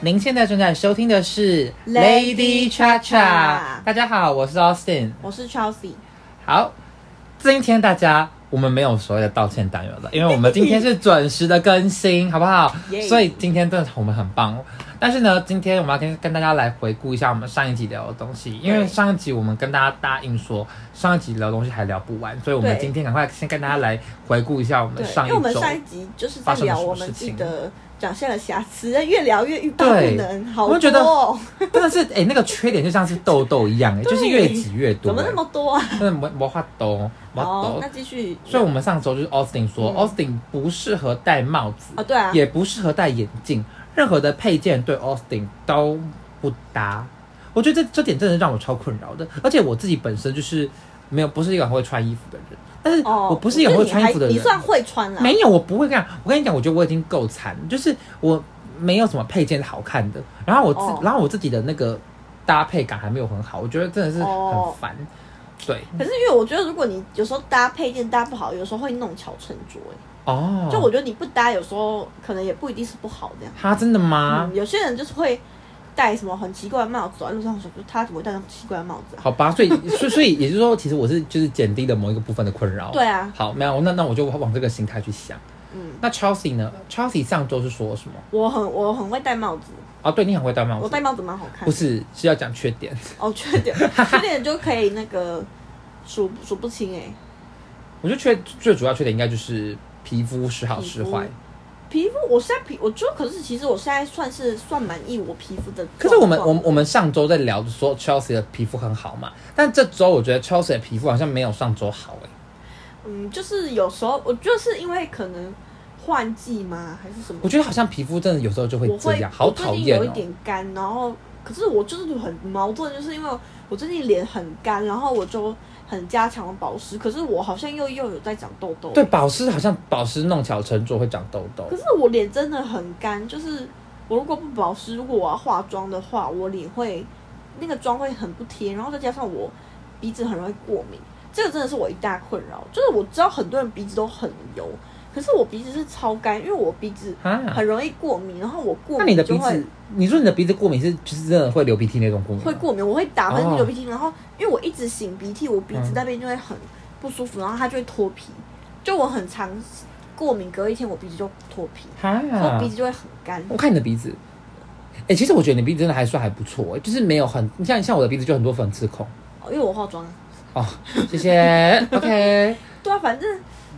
您现在正在收听的是 Lady Cha Cha 大家好，我是 Austin。我是 Chelsea，好，今天大家我们没有所谓的道歉单元了，因为我们今天是准时的更 新，好不好 Yay 所以今天真的我们很棒。但是呢，今天我们要跟跟大家来回顾一下我们上一集聊的东西，因为对上一集我们跟大家答应说上一集聊的东西还聊不完，所以我们对今天赶快先跟大家来回顾一下我们对，上因一为我们周。上一集就是在发生了聊什么我们事自情己的长相的瑕疵，越聊越欲罢对不能，好我多、就觉得哦，真的是哎、那个缺点就像是痘痘一样、 哎，就是越挤越多、怎么那么多啊？哎真的没没法懂，没法好，懂哦那。继续，所以我们上周就是 Austin 说、a u s t i n 不适合戴帽子，哦，对啊，也不适合戴眼镜，任何的配件对 Austin 都不搭。我觉得这这点真的让我超困扰的，而且我自己本身就是没有不是一个很会穿衣服的人，但是哦，我不是一个很会穿衣服的你人，还你算会穿啦，没有，我不会干。我跟你讲，我觉得我已经够惨，就是我没有什么配件是好看的，然后我自，哦然后我自己的那个搭配感还没有很好，我觉得真的是很哦烦。对，可是因为我觉得，如果你有时候搭配件搭不好，有时候会弄巧成拙、欸。哦，就我觉得你不搭，有时候可能也不一定是不好这样。他真的吗嗯，？有些人就是会戴什么很奇怪的帽子，啊走在路上说，他怎么会戴那么奇怪的帽子啊？好吧，所以所以所以也就是说，其实我是就是减低了某一个部分的困扰。对啊好，没有，那那我就往这个心态去想。嗯，那 Chelsea 呢？Chelsea 上周是说什么？我很我很会戴帽子，哦，对你很会戴帽我子戴，帽子蛮好看不的。是是要讲缺点。哦，缺点缺点就可以那个数数不清哎、我觉得缺最主要缺点应该就是皮肤时好时坏皮。皮肤，我现在皮，我觉得可是其实我现在算是算满意我皮肤的状况。可是我们我们我们上周在聊说 Chelsea 的皮肤很好嘛，但这周我觉得 Chelsea 的皮肤好像没有上周好哎、嗯，就是有时候我就是因为可能换季嘛，还是什么我，觉得好像皮肤真的有时候就会我这会样，好我最讨近厌有一哦。点干，然后可是我就是很矛盾，就是因为我最近脸很干，然后我就很加强了保湿，可是我好像又又有在长痘痘。对，，保湿好像保湿弄巧成拙会长痘痘可，是我脸真的很干，就是我如果不保湿，如果我要化妆的话，我脸会那个妆会很不贴，然后再加上我鼻子很容易过敏，这个真的是我一大困扰。就是我知道很多人鼻子都很油，可是我鼻子是超干，因为我鼻子啊很容易过敏，然后我过那你敏的就鼻会子，你说你的鼻子过敏是就是真的会流鼻涕那种过敏吗？会过敏，我会打喷嚏哦流鼻涕，然后因为我一直擤鼻涕，我鼻子嗯那边就会很不舒服，然后它就会脱皮，就我很常过敏，隔一天我鼻子就脱皮，然后哈鼻，子就会很干。我看你的鼻子，哎、其实我觉得你鼻子真的还算还不错、欸，就是没有很像像我的鼻子就很多粉刺孔哦因为我化妆啊。哦，谢 谢，OK。对啊，反正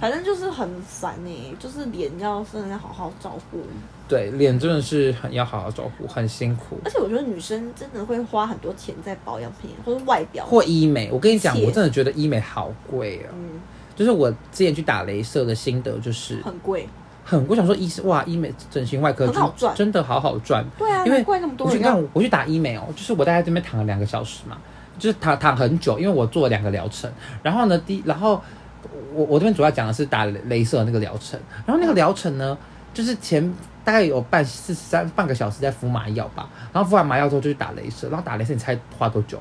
反正就是很烦哎、就是脸要真的要好好照顾，对，脸真的是很要好好照顾，很辛苦。而且我觉得女生真的会花很多钱在保养品或者外表，或医美，我跟你讲，切我真的觉得医美好贵哦、嗯，就是我之前去打镭射的心得就是很贵。很，我想说医生哇，医美整形外科很好赚真的好好赚。对啊，因为难怪那么多我去人要看，我去打医美哦、就是我大概这边躺了两个小时嘛，就是躺躺很久，因为我做了两个疗程。然后呢，第然后我我这边主要讲的是打镭射的那个疗程，然后那个疗程呢，就是前大概有半四十三半个小时在敷麻药吧，然后敷完麻药之后就去打镭射，然后打镭射你猜花多久？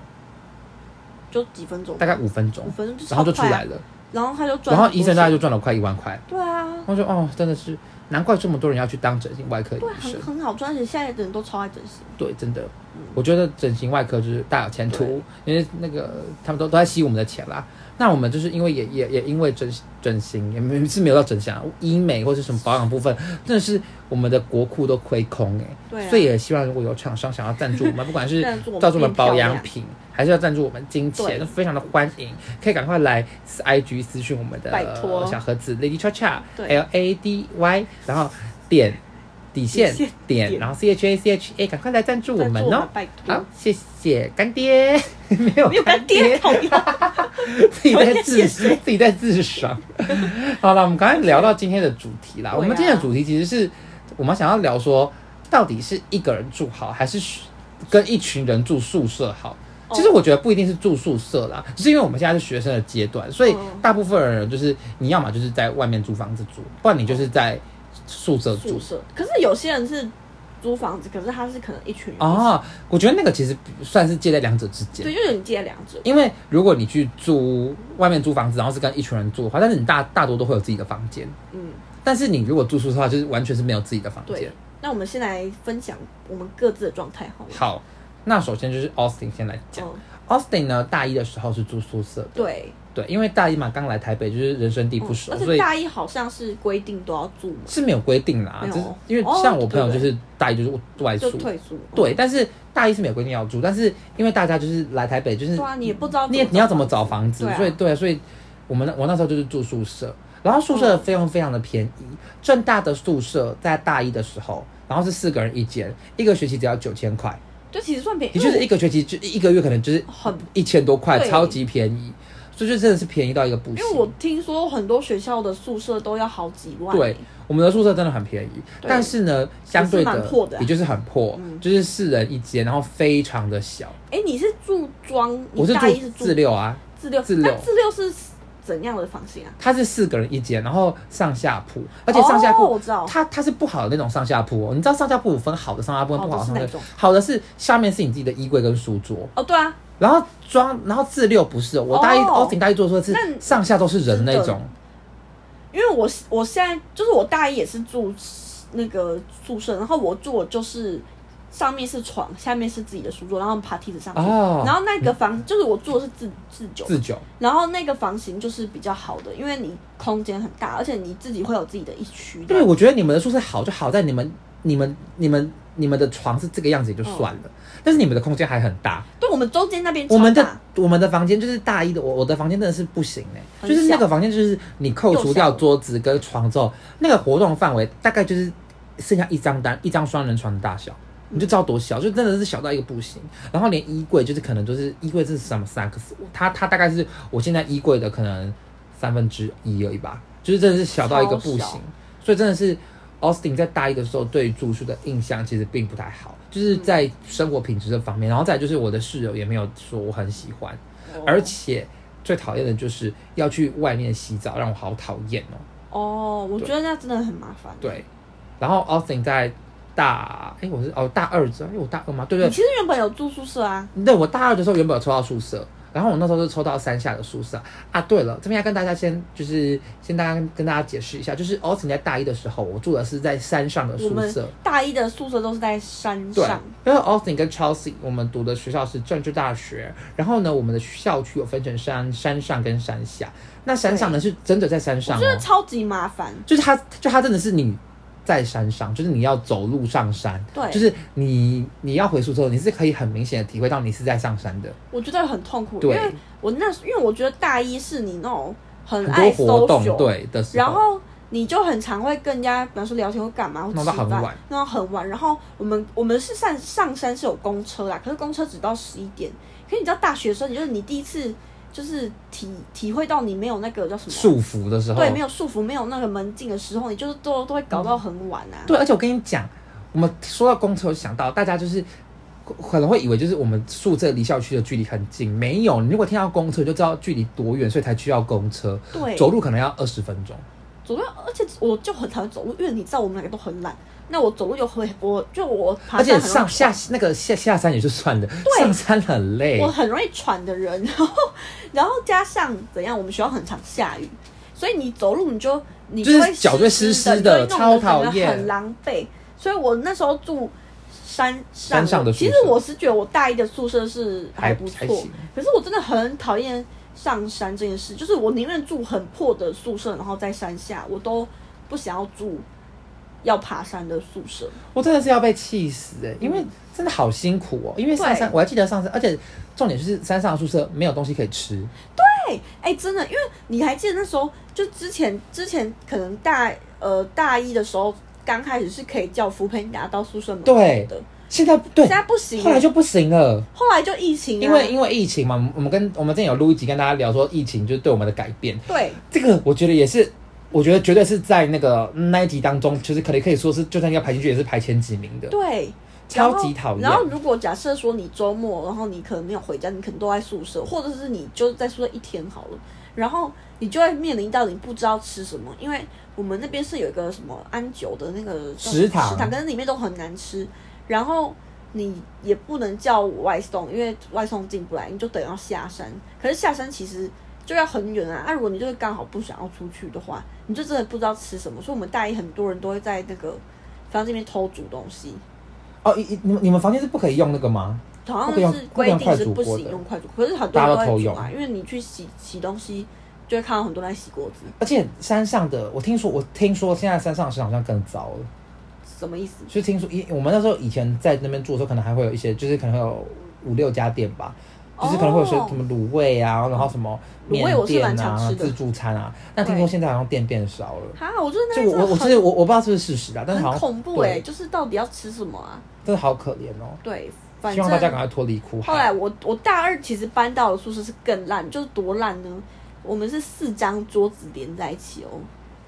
就几分钟，大概五分钟五，分钟就超然后就出快啊来，了，然后他就赚然很后多钱，医生大概就赚了快一万块。对啊，我说哦，真的是难怪这么多人要去当整形外科医对啊，生很，很好赚，而且现在的人都超爱整形。对，真的，我觉得整形外科就是大有前途，因为那个他们都都在吸我们的钱啦。那我们就是因为也也也因为整整形也没是没有到整形啊，医美或者什么保养部分，真的是我们的国库都亏空哎、对啊所以也希望如果有厂商想要赞助我们，不 管是赞助我们赞助我们变漂保养亮品，还是要赞助我们金钱，对非常的欢迎，可以赶快来 IG 私讯我们的拜托小盒子 Lady Cha Cha 对 L A D Y，然后点底线底线点，点然后 C H A C H A，赶快来赞助我们赞助我哦们拜！托好，谢谢干 爹，没有没有干爹，讨厌。自己在 自讨厌自己在自赏。好了，我们刚才聊到今天的主题啦。对啊我们今天的主题其实是我们想要聊说，到底是一个人住好，还是跟一群人住宿舍好？哦其实我觉得不一定是住宿舍啦，只是因为我们现在是学生的阶段，所以嗯大部分人就是你要么就是在外面租房子住，不然你就是在宿舍住宿。舍，可是有些人是租房子，可是他是可能一群人一起，哦，我觉得那个其实算是介在两者之间对，。就有点介两者。因为如果你去住外面租房子，然后是跟一群人住的话，但是你大大多都会有自己的房间。嗯，但是你如果住宿舍的话，就是完全是没有自己的房对间。那我们先来分享我们各自的状态好了。好，那首先就是 Austin 先来讲。嗯， Austin 呢，大一的时候是住宿舍的，对，对，因为大一嘛，刚来台北就是人生地不熟，嗯而所且以大一好像是规定都要住嘛，是没有规定啦，没有只是因为哦像我朋友对就是大一就是外就宿，退宿。对，但是大一是没有规定要住，但是因为大家就是来台北就是对啊，你也不知道你也你要怎么找房房子？对啊所以对，所以我们那我那时候就是住宿舍，然后宿舍嗯的费用非常的便宜。正大的宿舍在大一的时候，然后是四个人一间，一个学期只要九千块，子，就其实算便宜，也就是一个学期就一个月可能就是很一千多块，对超级便宜，所以就真的是便宜到一个不因行为。我听说很多学校的宿舍都要好几万。对，我们的宿舍真的很便宜，对但是呢，相对也是的蛮破的啊也就是很破，就是四人一间，然后非常的小。哎，你是住庄，我你是大一是住住自六啊，自六，自六那自六是怎样的房型啊？它是四个人一间，然后上下铺，而且上下哦铺、我知道它它是不好的那种上下铺、哦，你知道上下铺有分好的上下铺跟不好的上下哦不是那铺、种好的是下面是你自己的衣柜跟书桌，哦，对啊，然后装，然后自六不是哦、我大一哦哦，顶大一做的时候那是上下都是人那种，因为我我现在就是我大一也是住那个宿舍，然后我住的就是上面是床，下面是自己的书桌，然后爬梯子上去。哦然后那个房就是我住的是自自九，自九然后那个房型就是比较好的，因为你空间很大，而且你自己会有自己的一区的。对，我觉得你们的宿舍好就好在你们你们你们你们的床是这个样子也就嗯算了，但是你们的空间还很大。对，我们中间那边我们超的大我们的房间就是大一的，我我的房间真的是不行哎、很就是那小个房间就是你扣除掉桌子跟床之后，那个活动范围大概就是剩下一张单一张双人床的大小，你就知道多小，就真的是小到一个不行。然后连衣柜就是可能就是衣柜是什么三个，它它大概是我现在衣柜的可能三分之一而已吧，就是真的是小到一个不超小行，所以真的是。Austin 在大一的时候对住宿的印象其实并不太好，嗯就是在生活品质这方面，然后再来就是我的室友也没有说我很喜欢，哦而且最讨厌的就是要去外面洗澡，让我好讨厌哦。哦，我觉得那真的很麻烦。，对，然后 Austin 在大哎、我是哦大二之后，哎、我大二吗？对不你对其实原本有住宿舍啊，对，我大二的时候原本有抽到宿舍，然后我那时候就抽到山下的宿舍啊。对了，这边要跟大家先就是先大家跟大家解释一下，就是 Austin 在大一的时候，我住的是在山上的我宿们舍。大一的宿舍都是在山对上。，因为 Austin 跟 Chelsea 我们读的学校是政治大学，然后呢，我们的校区有分成山山上跟山下。那山上呢是真的在山我上、觉哦，得超级麻烦，就是它，就它真的是你在山上，就是你要走路上山，对就是你你要回宿舍，你是可以很明显的体会到你是在上山的，我觉得很痛苦，因对为我那时因为我觉得大一是你那种很很爱多活 social，动对的时候，然后你就很常会跟人家，比方说聊天或干嘛，或弄吃到饭，很晚弄到很晚。然后我们我们是上上山是有公车啦，可是公车只到十一点。可是你知道大学生，就是你第一次就是体体会到你没有那个叫什么，束缚的时候，对，没有束缚，没有那个门禁的时候，你就是都都会搞到很晚啊。对，而且我跟你讲，我们说到公车，想到大家就是可能会以为就是我们宿舍离校区的距离很近，没有。你如果听到公车，就知道距离多远，所以才需要公车。对，走路可能要二十分钟。走路，而且我就很讨厌走路，因为你知道我们两个都很懒。那我走路就会，我就我爬而且山很容易上下那个下下山也就算了，上山很累我。很容易喘的人，然后然后加上怎样，我们学校很常下雨，所以你走路你就你就是会脚就会湿湿的，的你就会超弄得整个讨厌很狼狈。所以我那时候住山上山上的宿舍其实我是觉得我大一的宿舍是还还不还错行，可是我真的很讨厌上山这件事，就是我宁愿住很破的宿舍，然后在山下，我都不想要住要爬山的宿舍。我真的是要被气死哎、因为真的好辛苦哦、因为上山，对我还记得上山，而且重点就是山上的宿舍没有东西可以吃，哎、哎、真的，因为你还记得那时候，就之前之前可能大呃大一的时候，刚开始是可以叫扶贫达到宿舍门口对的，现在对现，在不行了，后来就不行欸了。后来就疫情啊、因为因为疫情嘛，我们我们跟我们之前有录一集跟大家聊说疫情就是对我们的改变，对这个我觉得也是，我觉得绝对是在那个那一集当中，其实可能可以说是就算要排进去也是排前几名的，对。超级讨厌然后，然后如果假设说你周末，然后你可能没有回家，你可能都在宿舍，或者是你就在宿舍一天好了，然后你就会面临到你不知道吃什么，因为我们那边是有一个什么安久的那个叫什么食堂食堂，但是里面都很难吃，然后你也不能叫外送，因为外送进不来，你就等要下山。可是下山其实就要很远啊，那、如果你就是刚好不想要出去的话，你就真的不知道吃什么。所以我们大一很多人都会在那个房间里面偷煮东西，哦，一一你们你们房间是不可以用那个吗？好不可以用像是规定是不不可以行用用快煮锅，可是很多大家人都都在偷煮用啊，因为你去洗洗东西，就会看到很多人在洗锅子，而且山上的，我听说，我听说现在山上是好像更糟了。什么意思？就听说，以我们那时候以前在那边住的时候，可能还会有一些，就是可能会有五六家店吧，就是可能会有些哦什么卤味啊，然后什么卤面味我是店蛮常啊吃、的自助餐啊。但听说现在好像店变少了。哈，我觉得那就边我我我真的是很我我不知道是不是事实啊，但是好很像恐怖哎、对就是到底要吃什么啊？真的好可怜哦。对，反希正望大家赶快脱离苦海。后来我我大二其实搬到的宿舍是更烂，就是多烂呢？我们是四张桌子连在一起哦，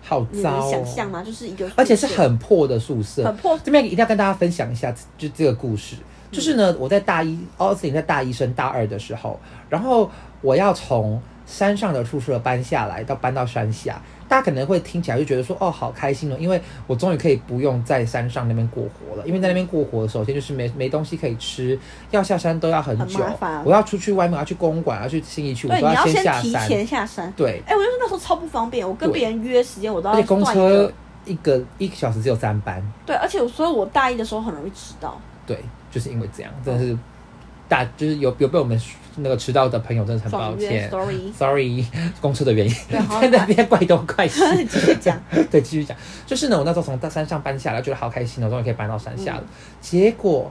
好你糟、能哦，想象吗？就是一个宿舍，而且是很破的宿舍，很破嗯这边一定要跟大家分享一下，就这个故事，就是呢，我在大一，奥斯汀在大一升大二的时候，然后我要从山上的宿舍搬下来，到搬到山下，大家可能会听起来就觉得说，哦，好开心哦，因为我终于可以不用在山上那边过活了，因为在那边过活，首先就是没没东西可以吃，要下山都要很久，很麻烦我要出去外面，我要去公馆，我要去新义区，我对，都你要先下提山，前下山。对，哎、我就是那时候超不方便，我跟对别人约时间，我都要而且公算一个车一个一个小时只有三班。对，而且我所以，我大一的时候很容易迟到。对，就是因为哦这样，真的是大就是有有被我们那个迟到的朋友，真的很抱爽约歉 ，sorry， ，sorry，公车的原因，对好 在那边怪东怪西。继续 讲。对，继续讲，就是呢，我那时候从大山上搬下来，觉得好开心哦，终于可以搬到山嗯下了。结果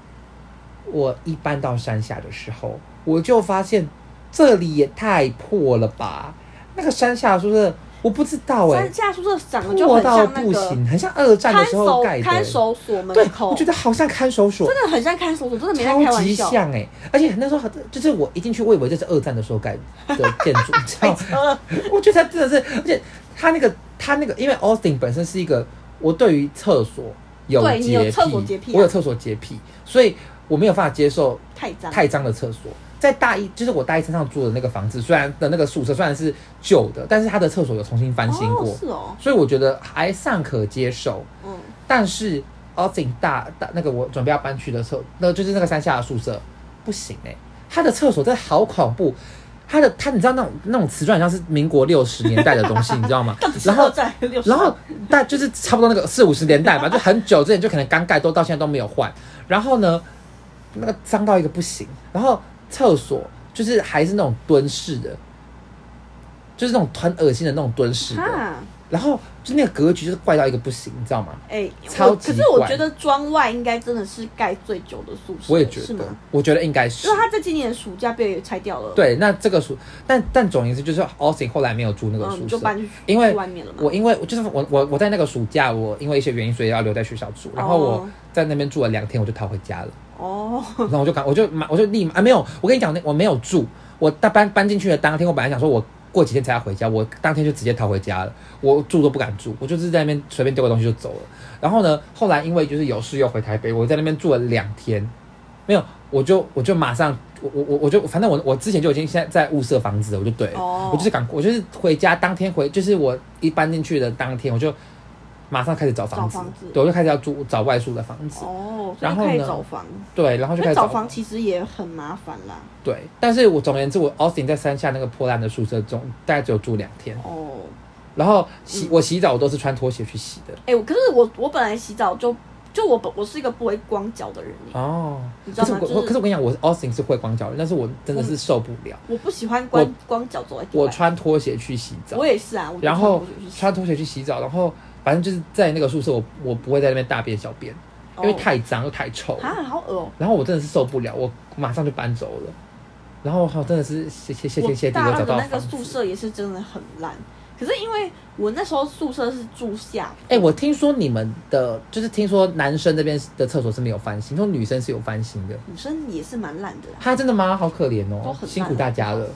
我一搬到山下的时候，我就发现这里也太破了吧，那个山下宿舍我不知道哎、三下宿舍长得就破很到像那不个行，很像二战的看时候守盖的。欸看守所门对，口我，觉得好像看守所，真的很像看守所，真的没在开超级玩笑。像哎、而且那时候很就是我一进去，我以为这是二战的时候盖的建 筑，你知道太吗？扯了，我觉得它真的是，而且它那个它那个，因为 Austin 本身是一个我对于厕所有对你有洁癖，厕所洁癖啊我有厕所洁癖，所以我没有办法接受太脏。太脏的厕所。在大一，就是我大一身上住的那个房子，虽然的那个宿舍虽然是旧的，但是它的厕所有重新翻新过，哦，是哦，所以我觉得还尚可接受。嗯，但是 Austin 大大那个我准备要搬去的厕，那就是那个山下的宿舍，不行哎、欸，他的厕所真的好恐怖。他的他，你知道那种那种瓷砖像是民国六十年代的东西，你知道吗 到底？是然后二战还是六十然后但就是差不多那个四五十年代吧，就很久之前就可能刚盖，都到现在都没有换。然后呢，那个脏到一个不行。然后厕所就是还是那种蹲式的，就是那种很恶心的那种蹲式的。哈，然后就那个格局就是怪到一个不行，你知道吗？哎，超我级可是我怪觉得庄外应该真的是盖最久的宿舍，我也觉是得吗？，我觉得应该是就是。他在今年暑假被拆掉了，，对，那这个宿，但但总而言之，就是 Austin 后来没有住那个嗯，宿你舍，就搬去因为去外面了嘛。我因为就是我我我在那个暑假，我因为一些原因，所以要留在学校住。然后我哦在那边住了两天，我就逃回家了。哦，然后我就赶，我就马，我就立马啊，没有，我跟你讲，那我没有住，我大搬搬进去的当天，我本来想说我过几天才要回家，我当天就直接逃回家了，我住都不敢住，我就是在那边随便丢个东西就走了。然后呢，后来因为就是有事又回台北，我在那边住了两天，没有，我就我就马上。我我我我就反正我我之前就已经现在在物色房子了，我就对了哦我就是赶我就是回家当天回，就是我一搬进去的当天，我就马上开始找房子，找房子对，我就开始要租找外宿的房子，哦，所以然后可以呢找房，对，然后就所开以始找房其实也很麻烦啦。对，但是我总而言之，我 Austin 在山下那个破烂的宿舍中，大概只有住两天。哦，然后洗、嗯我洗澡，我都是穿拖鞋去洗的。哎，我可是我我本来洗澡就就我本我是一个不会光脚的人耶，哦，你知可道是吗我、就是嗯可是我跟你讲，我 Austin 是会光脚的，但是我真的是受不了，我不喜欢我光光脚走在地我板穿拖鞋去洗澡我，也是啊，我就然后穿拖鞋穿拖鞋去洗去洗澡，然后反正就是在那个宿舍我，我不会在那边大便小便，因为哦太脏又太臭了。啊，好恶哦、然后我真的是受不了，我马上就搬走了。然后我真的是谢谢谢天谢我地，大我二找的到那个房子宿舍也是真的很烂，可是因为我那时候宿舍是住下铺，哎、我听说你们的，就是听说男生这边的厕所是没有翻新，听说女生是有翻新的。女生也是蛮烂的啦。哈，真的吗？好可怜都哦，很烂嗯辛苦大家了。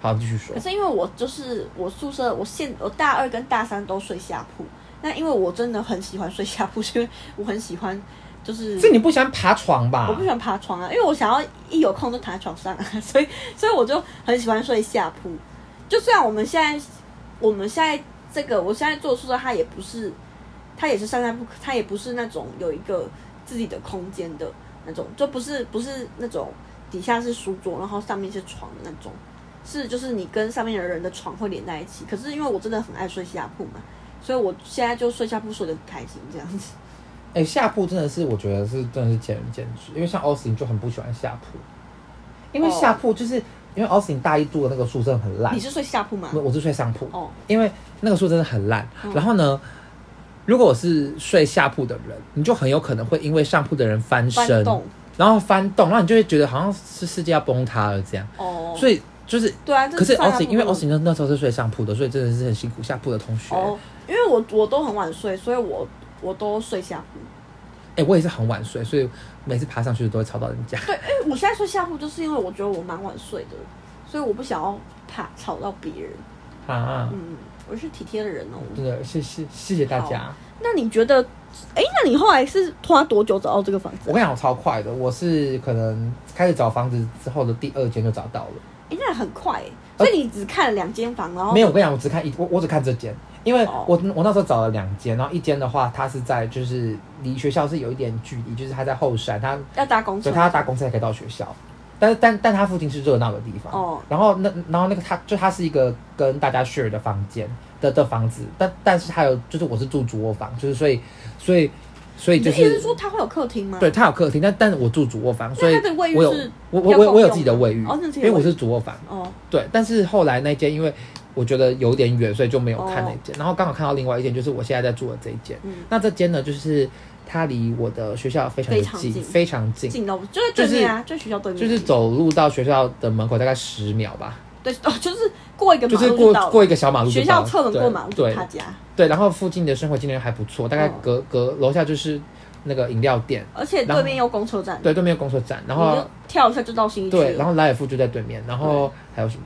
好，继续说可。是因为我就是我宿舍，我现我大二跟大三都睡下铺。那因为我真的很喜欢睡下铺，是因为我很喜欢，就是是你不喜欢爬床吧？我不喜欢爬床啊，因为我想要一有空就躺在床上啊， 所以所以我就很喜欢睡下铺。就虽然我们现在我们现在这个我现在做宿舍，它也不是它也是上下铺，它也不是那种有一个自己的空间的那种，就不是不是那种底下是书桌，然后上面是床的那种，是就是你跟上面的人的床会连在一起。可是因为我真的很爱睡下铺嘛，所以我现在就睡下铺睡得很开心这样子。哎、哎、下铺真的是我觉得是真的是见仁见智，因为像 Austin 就很不喜欢下铺，因为哦下铺就是、因为 Austin 大一住的那个宿舍很烂你，是睡下铺吗我？我是睡上铺，哦，因为那个树真的很烂。嗯然后呢，如果我是睡下铺的人，你就很有可能会因为上铺的人翻身，翻动然后翻动，然后你就会觉得好像是世界要崩塌了这样。哦，所以就是，对啊，这可是上 o 下 s 铺 i 因为不 o 能 s i 那那时候是睡上铺的，所以真的是很辛苦下铺的同学。哎、哦，因为我我都很晚睡，所以我我都睡下铺。哎我也是很晚睡，所以每次爬上去都会吵到人家。对，因为哎我现在睡下铺，就是因为我觉得我蛮晚睡的，所以我不想要怕吵到别人。 啊，嗯，我是体贴的人哦。真的谢谢谢谢大家。那你觉得，哎，那你后来是花多久找到这个房子我跟啊？你讲，我超快的，我是可能开始找房子之后的第二间就找到了。哎，那很快哎，所以你只看了两间房，然后没有，我跟你讲，我只看一，我我只看这间，因为哦我我那时候找了两间，然后一间的话，它是在就是离学校是有一点距离，就是它在后山，它要搭公所车以，它要搭公车才可以到学校，但是但但它附近是热闹的地方。哦然后那然后那个它就它是一个跟大家 share 的房间的的房子，但但是它有就是我是住主卧房，就是所以所以所以你就的意思是是说它会有客厅吗？对，它有客厅，但但是我住主卧房，所以它的卫浴我有是我我要我我有共自己的用吗卫浴，哦那自己因为的我卫浴是主卧房。哦，对，但是后来那间因为我觉得有点远，所以就没有看那哦间。然后刚好看到另外一间，就是我现在在住的这一间。嗯那这间呢，就是它离我的学校非常的非常近，近非常近，进到就是对面啊，就是学校对面，就是走路到学校的门口大概十秒吧，对哦，就是过一个就马是路过到了过一个小马路就学到校了侧门对过马路就对他家，对，然后附近的生活经验还不错，大概哦隔隔楼下就是那个饮料店，而且然后对面有公车站，对，对面有工作站，然你后就跳一嗯下就到新一区了，对，然后莱尔富就在对面，然后还有什么？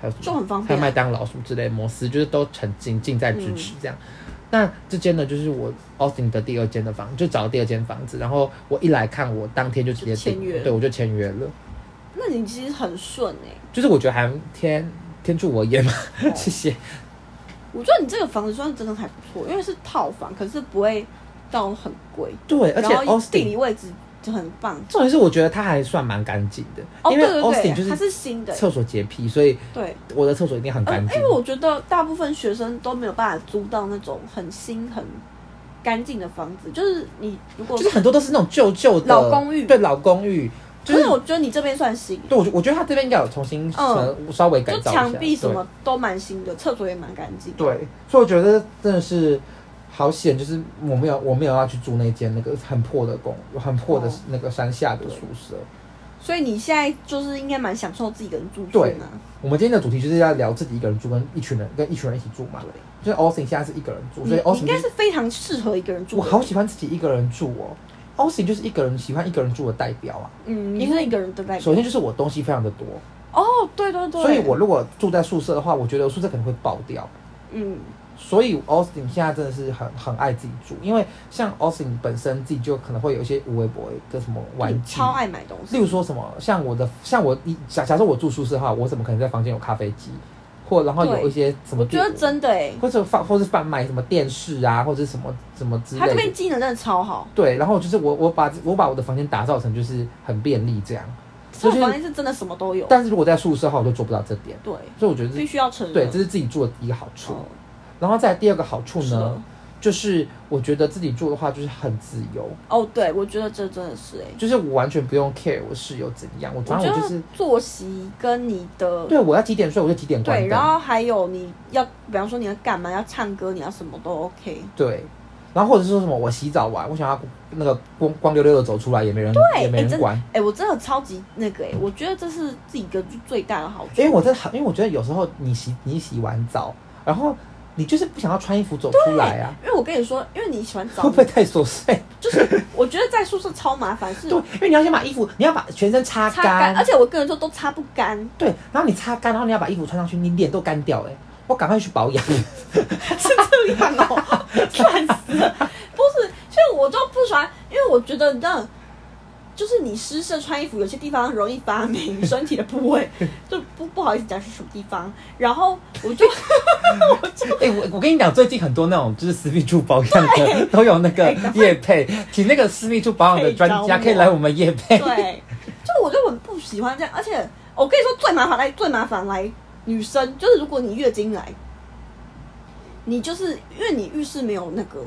还有什么？就很方还便有啊、麦当劳什么之类的摩斯，就是都很近近在咫尺这样。嗯那这间呢，就是我 Austin 的第二间的房，就找了第二间房子，然后我一来看，我当天就直接就签订约对我就签约了。那你其实很顺哎、就是我觉得还天天助我 也嘛，哦谢谢。我觉得你这个房子算是真的还不错，因为是套房，可是不会到很贵，对，而且然后地理 Austin 位置就很棒。重点是我觉得它还算蛮干净的，哦，因对为对 Austin 对，就它是是新的，厕所洁癖，所以对。我的厕所一定很呃干因净。为我觉得大部分学生都没有办法租到那种很新很干净的房子，就是你如果就是很多都是那种旧旧的老公寓对老公寓，就可是是我觉得你这边算新，对我觉我觉得他这边应该有重新呃稍微改嗯就造一下，墙壁什对么都蛮新的，厕所也蛮干净。，对，所以我觉得真的是好险，就是我没有我没有要去住那间那个很破的公很破的哦那个山下的宿舍。所以你现在就是应该蛮享受自己一个人住住对嘛。我们今天的主题就是要聊自己一个人住跟一群人跟一群人一起住嘛。就是 Austin 现在是一个人住，你所以你 Austin 应就该是是非常适合一个人住的。我好喜欢自己一个人住哦。Austin 就是一个人喜欢一个人住的代表啊。嗯，你是一个人的代表。首先就是我东西非常的多，哦，对对对，所以我如果住在宿舍的话，我觉得宿舍可能会爆掉。嗯，所以 Austin 现在真的是很很爱自己住，因为像 Austin 本身自己就可能会有一些无微博的什么玩你具，超爱买东例西，如说什么像我的像我一假假设我住宿舍的话，我怎么可能在房间有咖啡机，或然后对有一些什么我觉得真的哎，或者贩或是贩卖什么电视啊，或者什么什么之他这类边的。机能真的超好，对，然后就是我我把我把我的房间打造成就是很便利这样，这就是种房间是真的什么都有。但是如果在宿舍的话，我就做不到这点，对，所以我觉得必是须要承认。对，这是自己住的第一个好处。嗯哦然后再来第二个好处是呢的，就是我觉得自己住的话就是很自由，哦，对，我觉得这真的是哎，就是我完全不用 care 我室友怎样，我我反觉正我就是得作息跟你的对我要几点睡我就几点关对，灯，然后还有你要，比方说你要干嘛，要唱歌，你要什么都 OK。对然后或者是说什么我洗澡完，我想要那个光光溜溜的走出来也没人对，也哎、没人真的，管哎。、我真的超级那个哎、我觉得这是自己一个最大的好处。因为我真的很，因为我觉得有时候你洗你洗完澡，然后你就是不想要穿衣服走出来啊，因为我跟你说，因为你喜欢会澡不，会太琐碎？就是我觉得在宿舍超麻烦，是对，因为你要先把衣服，你要把全身擦嗯擦干，嗯而且我个人说都擦不 干，对，然后你擦干，然后你要把衣服穿上去，你脸都干掉哎、我赶快去保 养。是这样哦， 烦死了。不是，就我就不喜欢，因为我觉得你知道，就是你湿湿穿衣服，有些地方容易发霉，身体的部 位就不不好意思讲是什么地方。然后我就。哎、我我跟你讲，最近很多那种就是私密处保养的都有那哎个叶配，请那个私密处保养的专家可可以以找我来我们叶配。啊对，就我就很不喜欢这样，而且我跟你说最麻烦来最麻烦来，女生就是如果你月经来，你就是因为你浴室没有那个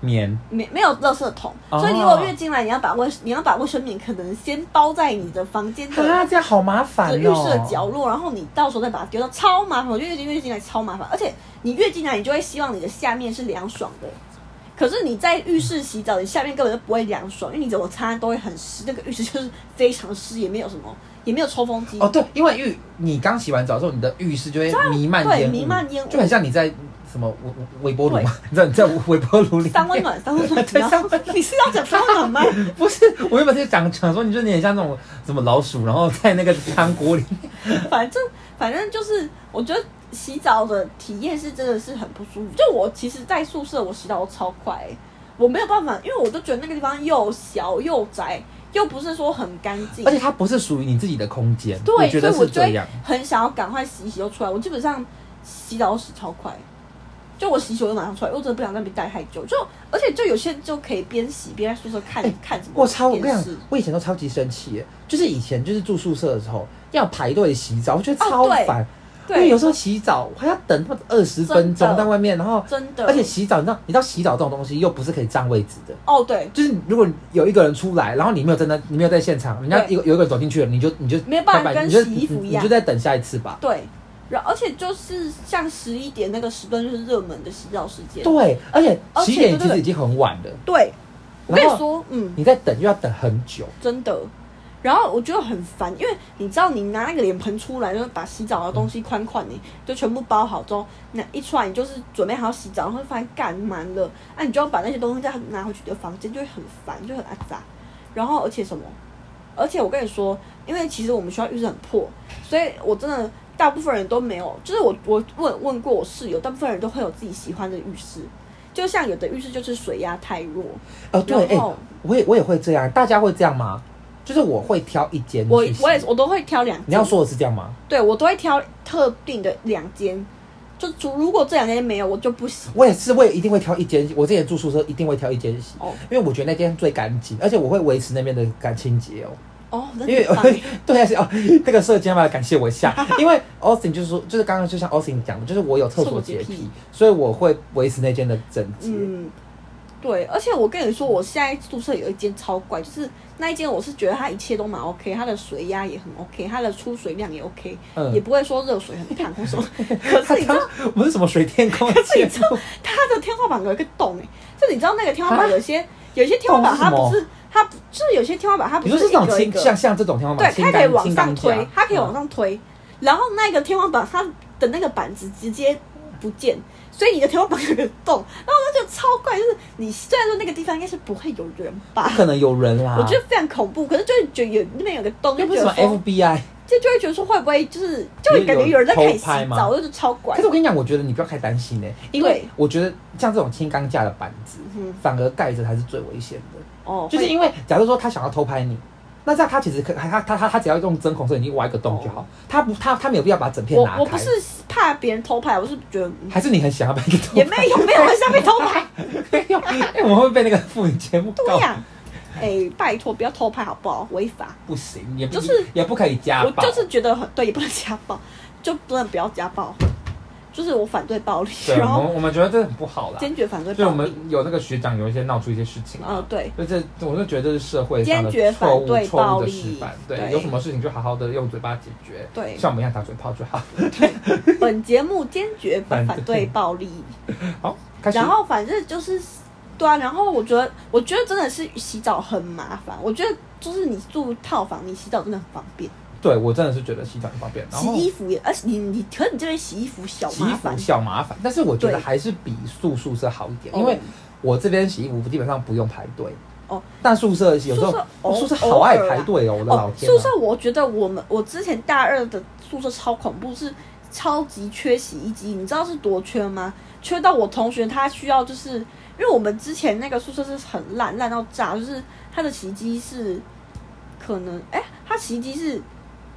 棉没没有垃圾桶，哦所以你如果月经来，你要把卫你要把卫生棉可能先包在你的房间啊，的这样好麻烦就是哦。浴室的角落，然后你到时候再把它丢到，超麻烦。我觉得月经月经来超麻烦，而且你月经来，你就会希望你的下面是凉爽的。可是你在浴室洗澡，你下面根本就不会凉爽，因为你怎么擦都会很湿，那个浴室就是非常湿，也没有什么，也没有抽风机。哦，对，因为浴你刚洗完澡之后，你的浴室就会弥漫对烟雾，弥漫烟雾就很像你在什么微微波炉嘛， 你知道你在微波炉里三温暖，三温暖，你对要 三温你是要讲三温暖吗？不是，我原本是讲讲说，你就有点像那种什么老鼠，然后在那个汤锅里。 反正反正就是，我觉得洗澡的体验是真的是很不舒服。就我其实，在宿舍我洗澡都超快、欸我没有办法，因为我都觉得那个地方又小又窄，又不是说很干净而。且它不是属于你自己的空间，对，我觉得所以我是就这会样。很想要赶快洗一洗就出来。我基本上洗澡都洗超快，就我洗一洗我就马上出来，因为我真的不想在那边待太久。就而且就有些人就可以边洗边在宿舍看、哎看什么我超，我跟你电讲视。，我以前都超级生气耶，就是以前就是住宿舍的时候要排队洗澡，我觉得哦超对烦。因为对有，时候洗澡我还要等他妈二十分真钟的在外面，然后真的，而且洗澡，你知道，你知道洗澡这种东西又不是可以占位置的，哦对，就是如果有一个人出来，然后你没有在那，你没有在现场，人家对有有一个人走进去了，你就你就没有办法拜拜跟你就洗衣服一你样就在等下一次吧。对，然而且就是像十一点那个时段就是热门的洗澡时间。对，而且而且洗脸其对对实对已经很晚了，对，我跟然后你说，嗯，你在等又要等很久，真的。然后我觉得很烦，因为你知道，你拿那个脸盆出来，就是把洗澡的东西宽宽你就全部包好之后，那一出来你就是准备好洗澡，然后发现干满了，啊，你就要把那些东西再拿回去你的房间，就会很烦，就很阿杂。然后而且什么？而且我跟你说，因为其实我们学校浴室很破，所以我真的大部分人都没有，就是我我问问过我室友，大部分人都会有自己喜欢的浴室，就像有的浴室就是水压太弱，哦，对，哎、然后我也我也会这样，大家会这样吗？就是我会挑一间我去洗我也是我都会挑两间。你要说的是这样吗？对我都会挑特定的两间，就除如果这两间没有，我就不洗。我也是，我也一定会挑一间。我之前住宿舍一定会挑一间洗，哦因为我觉得那间最干净，而且我会维持那边的干清洁哦。哦，那因为很棒耶对啊，是哦，那个社监嘛，感谢我一下，因为 Austin 就是说，就是刚刚就像 Austin 讲的，就是我有厕所洁厕所洁癖癖，所以我会维持那间的整洁。 嗯，对，而且我跟你说，我现在宿舍有一间超怪，就是那一间我是觉得它一切都蛮 OK，它的水压也很 OK，它的出水量也 OK，、嗯也不会说热水很烫或什么。可他是你知他道， 不是什么水电工是节你知道目，它的天花板有一个洞哎、就你知道那个天花啊板有些有些天花板它洞不是是它不就是有些天花板它不你说是是一这种个一清个像像这种天花板，对，它可以往轻上钢推架，它可以嗯往上推，然后那个天花板它的那个板子直接不见，所以你的天花板有个洞，然后我就觉得超怪，就是你虽然说那个地方应该是不会有人吧不，可能有人啦。我觉得非常恐怖，可是就会觉得有那边有个洞，啊又就不觉是什么得说 FBI。就就会觉得说会不会就是就会有感觉有有人在偷看你洗拍吗澡，就是超怪可是。我跟你讲，我觉得你不要太担心呢、因为对我觉得像这种轻钢架的板子，嗯反而盖着才是最危险的。哦，就是会因为假如说他想要偷拍你，那这样他其实可他他他他只要用针孔摄影机挖一个洞就好，他不他他没有必要把整片拿哦我开。我不是怕别人偷拍，我是觉得嗯还是你很想要把一个也洞？没有没有人想被偷 拍，没有，哎我们会被那个妇女节目告对，呀、哎，拜托不要偷拍好不好？违法。不行，也不就是也不可以家我暴。就是觉得很对，也不能家暴，就真的不要家暴，就是我反对暴力， 对，然我后们我们觉得这很不好啦。坚决反对所以我暴们力。有那个学长有一些闹出一些事情啊、啊。对，所以这我就觉得这是社会上的坚决错反误对错暴误的力示范，对，对有什么事情就好好的用嘴巴解决，对像我们一样打嘴炮就好。本节目坚决反反对暴力。好， 开始。然后反正就是，对啊，然后我觉得，我觉得真的是洗澡很麻烦。我觉得就是你住套房，你洗澡真的很方便，对我真的是觉得洗澡很方便，然洗后衣服也，而且你你可是你这边洗衣服小洗衣麻服烦，小麻烦，但是我觉得对还是比宿宿舍好一点，哦因为我这边洗衣服基本上不用排队。哦，但宿舍有时候宿舍哦偶宿舍好爱排队哦，我的老哦，天、啊！宿舍我觉得我们我之前大二的宿舍超恐怖，是超级缺洗衣机，你知道是多缺吗？缺到我同学他需要就是，因为我们之前那个宿舍是很烂烂到炸，就是他的洗衣机是可能哎、他洗衣机是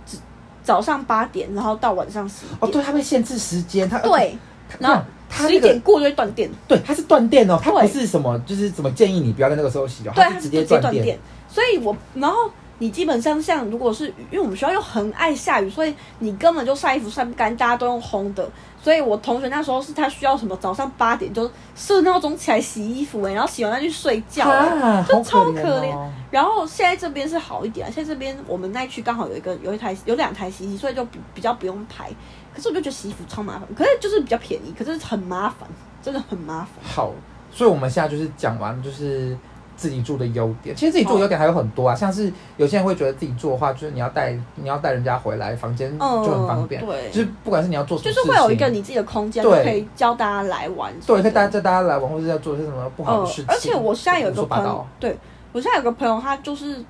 只早上八点，然后到晚上十哦，点，对，他会限制时间，他对，然后他十一那个点过就会断电，对，他是断电哦，他对不是什么就是怎么建议你不要在那个时候洗哦，对，是它直直接接断断电。所以我然后你基本上像如果是因为我们学校又很爱下雨，所以你根本就晒衣服晒不干，大家都用烘的。所以我同学那时候是他需要什么早上八点就设闹钟起来洗衣服、欸，然后洗完再去睡觉、欸。啊，就好超可可怜哦然后现在这边是好一点啊，现在这边我们那一区刚好有一个有一台有两台洗衣机，所以就比比较不用排。可是我就觉得洗衣服超麻烦，可是就是比较便宜，可是很麻烦，真的很麻烦。好，所以我们现在就是讲完就是自己住的优点。其实自己住的优点还有很哦多啊，像是有些人会觉得自己住的话，就是你要带你要带人家回来，房间嗯，就很方便。对，就是不管是你要做什就么是事情，会有一个你自己的空间，就对可以教大家来玩。对，可以带带大家来玩，或者要做些什么不好嗯的事情。，而且我现在有一胡个说八朋道友，对我现在有个朋友，他就是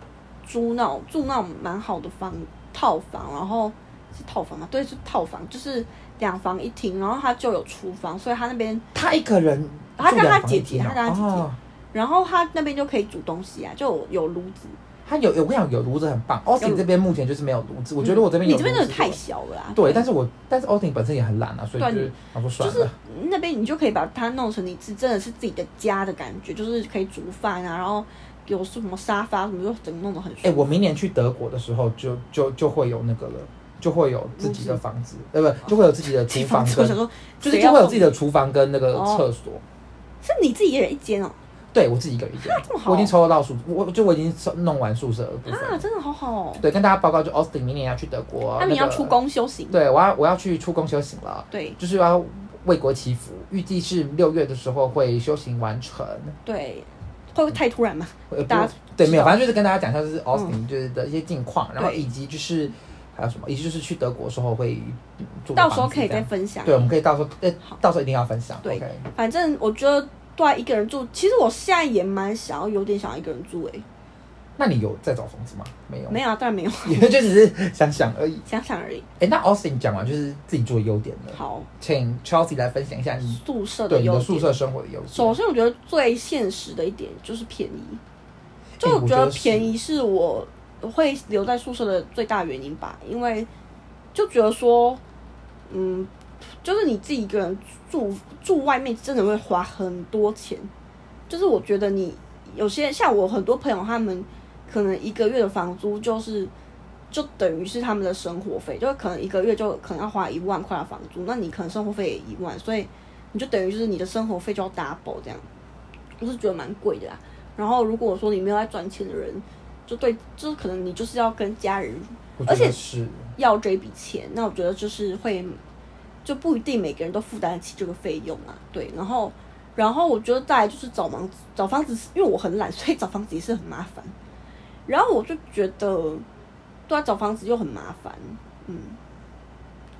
租那种住那种蛮好的房套房，然后是套房嘛，对，是套房，就是两房一厅，然后他就有厨房，所以他那边，他一个人住他两跟房一厅哦，他姐姐他跟他姐姐哦然后他那边就可以煮东西啊，就有有炉子。他有有我跟你讲有炉子很棒。有 Austin 这边目前就是没有炉子，我觉得我这边你有这边炉真子的太小了啊。对，但是我但是 Austin 本身也很懒啊，所以对就是你想说算就了。是那边你就可以把它弄成你是真的是自己的家的感觉，就是可以煮饭啊，然后有什么沙发什么，就整个弄得很舒服。哎、我明年去德国的时候就，就就会有那个了，就会有自己的房子，呃，不，就会有自己哦的厨房我想跟，说，就是就会有自己的，的厨房跟那个哦厕所。是你自己一人一间哦，对我自己一个人一间这么，好哦我已经抽到宿，我我就我已经抽弄完宿舍的部分了。啊，真的好好哦。对，跟大家报告，就 Austin 明年要去德国，那你要个出？宫修行，对，我要我要去出宫修行了，对就是要为国祈福，预计是六月的时候会修行完成。对，会不会太突然嘛？呃，大家不对，知没有，道嗯反正就是跟大家讲一下，就是 Austin 就是的一些近况，然后以及就是还有什么，以及就是去德国的时候会嗯住的房子到这样。时候可以再分享。对，我们可以到时候呃好，到时候一定要分享。对 o k 反正我觉得对啊一个人住，其实我现在也蛮想要，有点想要一个人住诶、那你有在找房子吗？没有， 没有啊，当然没有，有，就只是想想而已。想想而已。哎，那 Austin 讲完就是自己住的优点了，好，请 Chelsea 来分享一下你宿舍的对你优的点。宿舍生活的优首点。先，我觉得最现实的一点就是便宜，就哎我我觉觉得得是便宜是我会留在宿舍的最大原因吧，因为就觉得说，嗯，就是你自己一个人住住外面，真的会花很多钱。就是我觉得你有些像我很多朋友，他们可能一个月的房租就是就等于是他们的生活费，就可能一个月就可能要花一万块的房租，那你可能生活费也一万，所以你就等于就是你的生活费就要 double 这样，我是觉得蛮贵的啊啦。然后如果说你没有在赚钱的人，就对，就是可能你就是要跟家人我觉而且得是，要这笔钱，那我觉得就是会就不一定每个人都负担得起这个费用啊。对，然后然后我觉得再来就是找房子，找房子是，因为我很懒， 所以找房子也是很麻烦。然后我就觉得，对啊，找房子又很麻烦，嗯。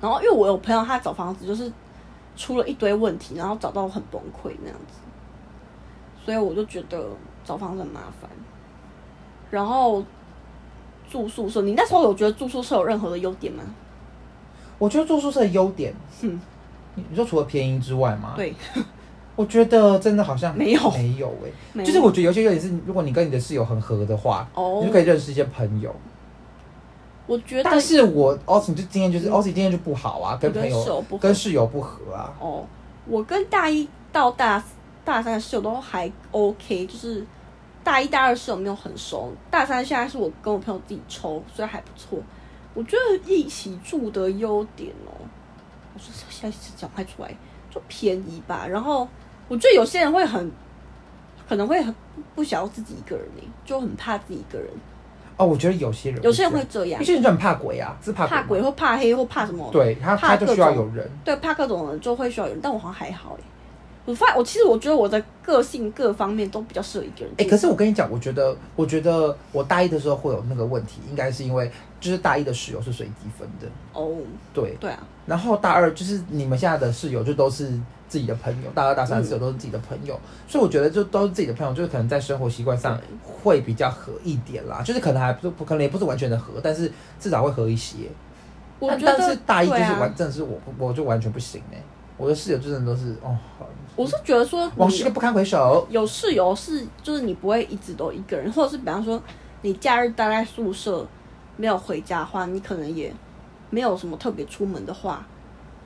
然后因为我有朋友，他找房子就是出了一堆问题，然后找到很崩溃那样子，所以我就觉得找房子很麻烦。然后住宿舍，你那时候有觉得住宿舍有任何的优点吗？我觉得住宿舍的优点，嗯你你说除了便宜之外吗？对，我觉得真的好像没有没有哎、没有就是我觉得有些优点是，如果你跟你的室友很合的话，哦你就可以认识一些朋友。我觉得嗯但是我 Austin 就今天就是、Austin 今天就不好啊，跟跟朋室友友不合跟室友不合啊。哦，我跟大一到大大三的室友都还 OK，就是大一大二室友没有很熟，大三现在是我跟我朋友自己抽，所以还不错。我觉得一起住的优点哦，我说现在讲不太出来，就便宜吧。然后我觉得有些人会很，可能会很不想要自己一个人呢，就很怕自己一个人。哦，我觉得有些人有些人这会样，这样有，些人就很怕鬼啊，是怕怕鬼鬼吗，或怕黑或怕什么。对他怕他就各需要种有人。对，怕各种人就会需要有人，但我好像还好哎。我发我其实我觉得我的个性各方面都比较适合一个人。哎、可是我跟你讲，我觉得，我觉得我大一的时候会有那个问题，应该是因为就是大一的室友是随机分的，哦，对。对啊，然后大二就是你们现在的室友就都是自己的朋友，大二大嗯三的室友都是自己的朋友，所以我觉得就都是自己的朋友，就是可能在生活习惯上嗯会比较合一点啦，就是可能还不不可能也不是完全的合，但是至少会合一些。我但觉得但是大一就是对啊完，真的是我不我就完全不行哎、我的室友就真的都是哦，好我是觉得说往事你不堪回首。有室友是就是你不会一直都一个人，或者是比方说你假日待在宿舍没有回家的话，你可能也没有什么特别出门的话。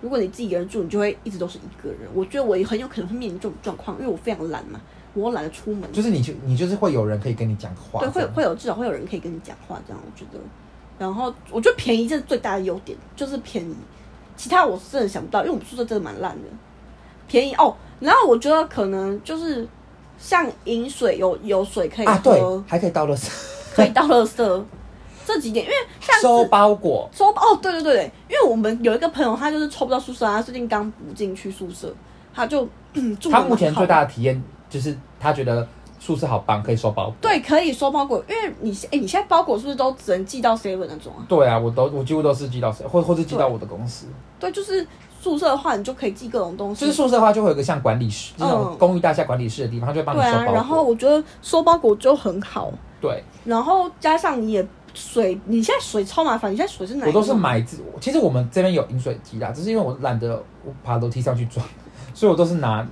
如果你自己一个人住，你就会一直都是一个人。我觉得我也很有可能会面临这种状况，因为我非常懒嘛。我又懒得出门，就是你就你就是会有人可以跟你讲话，对，会有会有至少会有人可以跟你讲话，这样我觉得。然后我觉得便宜这是最大的优点，就是便宜。其他我是真的想不到，因为我们宿舍真的蛮烂的。便宜哦，然后我觉得可能就是像饮水有有水可以啊，对喝，，还可以倒垃圾、可以倒垃圾这几点，因为 像收包裹，抽哦，对对对对，因为我们有一个朋友，他就是抽不到宿舍，他最近刚补进去宿舍，他就 嗯住得他蛮目前好最大的体验就是他觉得宿舍好棒，可以收包裹。对可以收包裹，因为你哎你现在包裹是不是都只能寄到 seven 那种啊？对啊，我都我几乎都是寄到谁，或或是寄到我的公司。对，就是宿舍的话，你就可以寄各种东西，就是宿舍的话，就会有一个像管理室，这种嗯公寓大厦管理室的地方，他就会帮你对收啊。包裹。然后我觉得收包裹就很好，对，然后加上你也水，你现在水超麻烦，你现在水是哪一我种？都是买自。其实我们这边有饮水机啦，只是因为我懒得我爬楼梯上去装，所以我都是拿，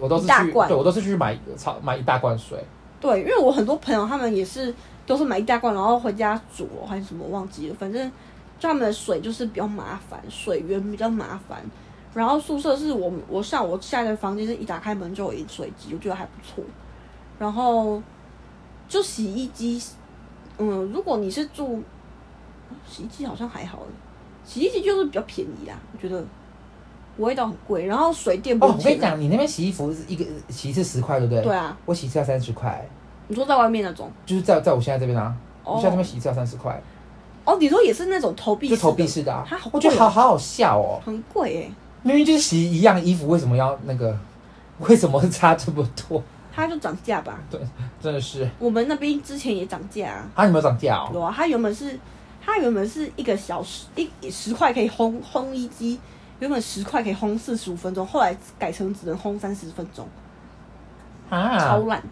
我都是一大去，罐对我都是去买超买一大罐水。对，因为我很多朋友他们也是都是买一大罐，然后回家煮哦还是什么忘记了，反正就他们的水就是比较麻烦，水源比较麻烦。然后宿舍是我们我像我现在的房间是一打开门就有饮水机，我觉得还不错。然后就洗衣机，嗯，如果你是住洗衣机好像还好耶，洗衣机就是比较便宜啦，我觉得不会到很贵。然后水电不哦，用我跟钱你啊、讲，你那边洗衣服是一个洗一次十块，对不对？对。啊，我洗一次要三十块，你说在外面那种就是在在我现在这边啊，哦我现在这边洗一次要三十块，哦，你说也是那种投币就投式的币式的啊它好。我觉得贵哦好好好笑哦，很贵哎、明明就是洗一样衣服，为什么要那个？为什么差这么多？ 它就涨价吧。真的是我们那边之前也涨价、啊，啊，你没有涨价哦？有啊，它原本是它原本是一个小时一十块可以烘烘一机，原本十块可以烘四十五分钟，后来改成只能烘三十分钟，啊，超烂，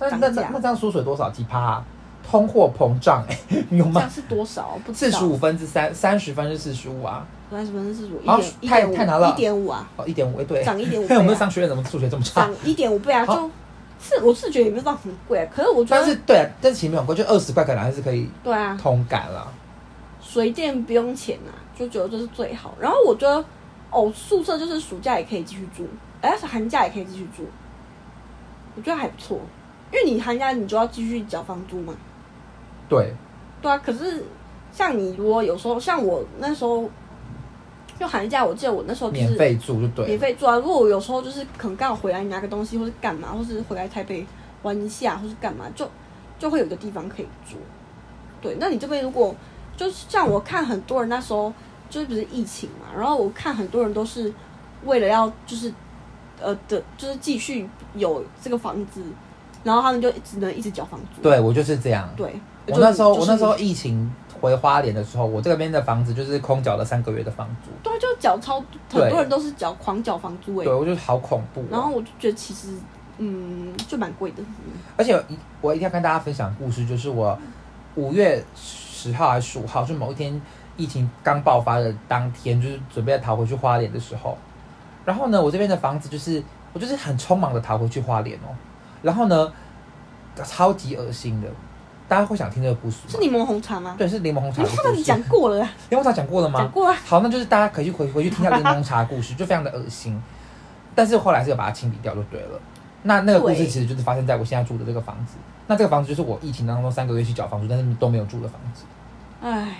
那涨那那价那这样缩水多少？几趴、啊？通货膨胀、 欸，有这吗样？是多少？啊不知四道，十五分之三，三十分之四十五啊，三十分之四十五，好一太点一太难点了五，一点五啊，哦，一点五，哎，对，涨一点 五我倍们啊，商学院怎么数学这么差涨？一点五倍啊，好就。是，我是觉得也没有到很贵、啊，可是我 觉得，但是对、啊，但是其实没有很贵，就二十块可能还是可以对啊，通感啦。水电不用钱啊，就觉得这是最好。然后我觉得，哦，宿舍就是暑假也可以继续住，哎，是寒假也可以继续住，我觉得还不错。因为你寒假你就要继续缴房租嘛，对，对啊。可是像你如果有时候，像我那时候，就寒假，我记得我那时候哦就免是费住就对免了。费住啊。如果我有时候就是可能刚好回来拿个东西，或是干嘛，或是回来台北玩一下，或是干嘛，就就会有个地方可以住。对，那你这边如果就是像我看很多人那时候就是不是疫情嘛，然后我看很多人都是为了要就是呃的，就是继续有这个房子，然后他们就只能一直缴房租。对我就是这样。对，我就那时候、就是我那时候疫情回花莲的时候，我这边的房子就是空缴了三个月的房租。对啊，就缴超很多人都是缴狂缴房租哎、对，我觉得好恐怖、哦。然后我就觉得其实嗯就蛮贵的，嗯而且我一定要跟大家分享的故事，就是我五月十号还是十五号，就某一天疫情刚爆发的当天，就是准备要逃回去花莲的时候，然后呢，我这边的房子就是我就是很匆忙的逃回去花莲哦，然后呢，超级恶心的，大家会想听这个故事吗？是柠檬红茶吗？对，是柠檬红茶的你故们事。讲过了啊，柠檬茶讲过了吗？讲过啊，好，那就是大家可以去回回去听一下这个柠檬茶的故事，就非常的恶心。但是后来是有把它清理掉就对了。那那个故事对其实就是发生在我现在住的这个房子。那这个房子就是我疫情当中三个月去缴房租，但是都没有住的房子。唉，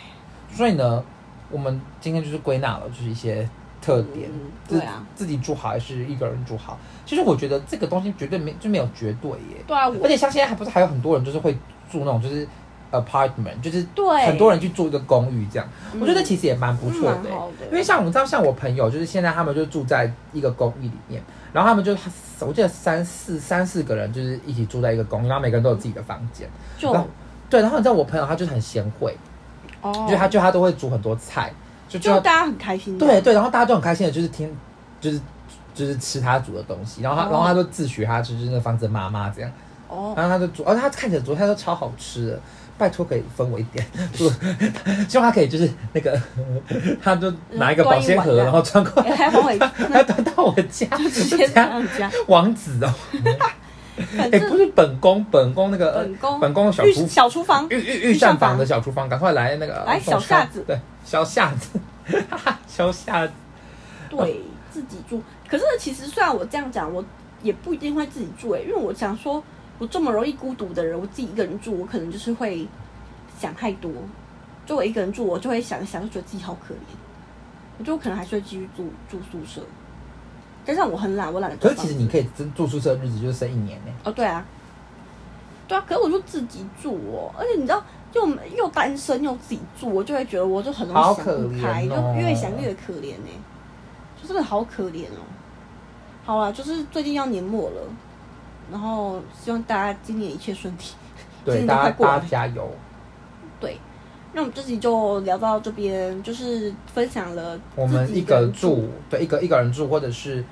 所以呢，我们今天就是归纳了，就是一些特点，嗯自对啊，自己住好还是一个人住好。其实我觉得这个东西绝对没就没有绝对耶。对啊，而我且像现在还不是还有很多人就是会住那种就是呃 apartment，就是对很多人去住一个公寓这样。嗯我觉得其实也蛮不错的、嗯蛮好的因为像我知道，像我朋友就是现在他们就住在一个公寓里面，然后他们就我记得三四三四个人就是一起住在一个公寓，然后每个人都有自己的房间。就然后对，然后你知道我朋友他就是很贤惠，哦就他就他都会煮很多菜，就就大家很开心，对，对，然后大家就很开心的，就是听就是就是吃他煮的东西，然后他、哦然后他就自诩他就是那个房子的妈妈这样。哦，然后他就煮，而、且他看起来煮菜都超好吃的，拜托可以分我一 点，就 希望他可以就是那个， 他就拿一个保鲜盒，端一碗这样然后穿过哎来，还 往伟他端到我家，就直就接这这样，样讲，王子哦，反哎，不正是本宫，本宫那个呃本宫本宫的小御厨小厨房御御御膳房的小厨房，赶快来那个来送小夏餐子对小夏子， 哈哈，小夏子，对自己住，可是其实虽然我这样讲，我也不一定会自己住欸诶、因为我想说，我这么容易孤独的人，我自己一个人住，我可能就是会想太多。就我一个人住，我就会想一想，就觉得自己好可怜。我就可能还是会继续住住宿舍，加上我很懒，我懒得可租是房其子。实你可以真住宿舍的日子就是剩一年呢、哦，对啊，对啊，可是我就自己住哦，而且你知道，又又单身又自己住，我就会觉得我就很容好易想可不开，怜哦就越想越可怜呢、就真的好可怜哦。好啦，就是最近要年末了，然后希望大家今年一切顺利。对，真的大快家过大完家加油。对，那我们这集就聊到这边，就是分享了我自们己一个个人住，对，一个一个人住，或者是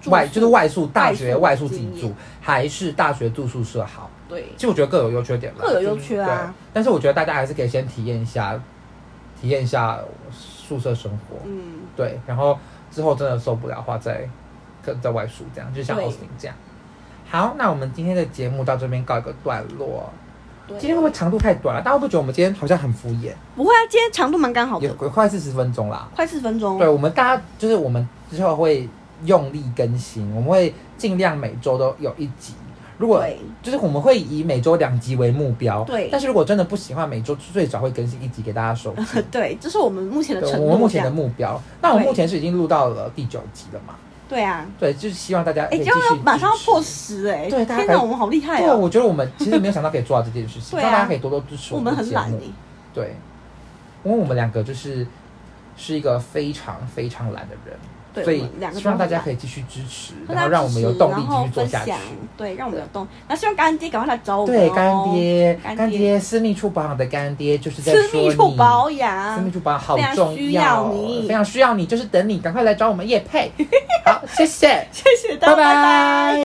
住外宿就是外宿，大学外外宿宿自己经住验，还是大学住宿舍好？对其实我觉得各有优缺点啦，各有优就是缺啊对但是我觉得大家还是可以先体验一下，体验一下宿舍生活，嗯。对，然后之后真的受不了的话再跟在外宿这样，就像对奥斯汀这样。好，那我们今天的节目到这边告一个段落。对今天会不会长度太短了？大家会不会觉得我们今天好像很敷衍？不会啊？今天长度蛮刚好也的，快四十分钟啦。快四分钟。对，我们大家就是我们之后会用力更新，我们会尽量每周都有一集。如果对 就是我们会以每周两集为目标，对但是如果真的不喜欢，每周最少会更新一集给大家收听。 对，这是我们目前的对，程我们度目这前的样。目标。那我们对目前是已经录到了第九集了嘛？对啊，对，就是希望大家可哎，以继要要续马上要支持破。十哎！对大家天赶哪，我们好厉害对，哦！我觉得我们其实没有想到可以做到这件事情， 对啊希望大家可以多多支持我们们的很节懒目。哎，对，因为我们两个就是是一个非常非常懒的人，对所我以们两个希望都大很家懒可以继续支持，和然大后家让我支们有持动力然继后续做分下去享。，对，让我们有对动。那希望干爹赶快来找我们对，哦干，爹，干干爹爹，私密处保养的干爹就是在私说你，密处保私密养，处保养好非常重需要要你非 常需要你，就是等你赶快来找我们叶配。好，谢谢，谢谢大拜家，拜拜。拜。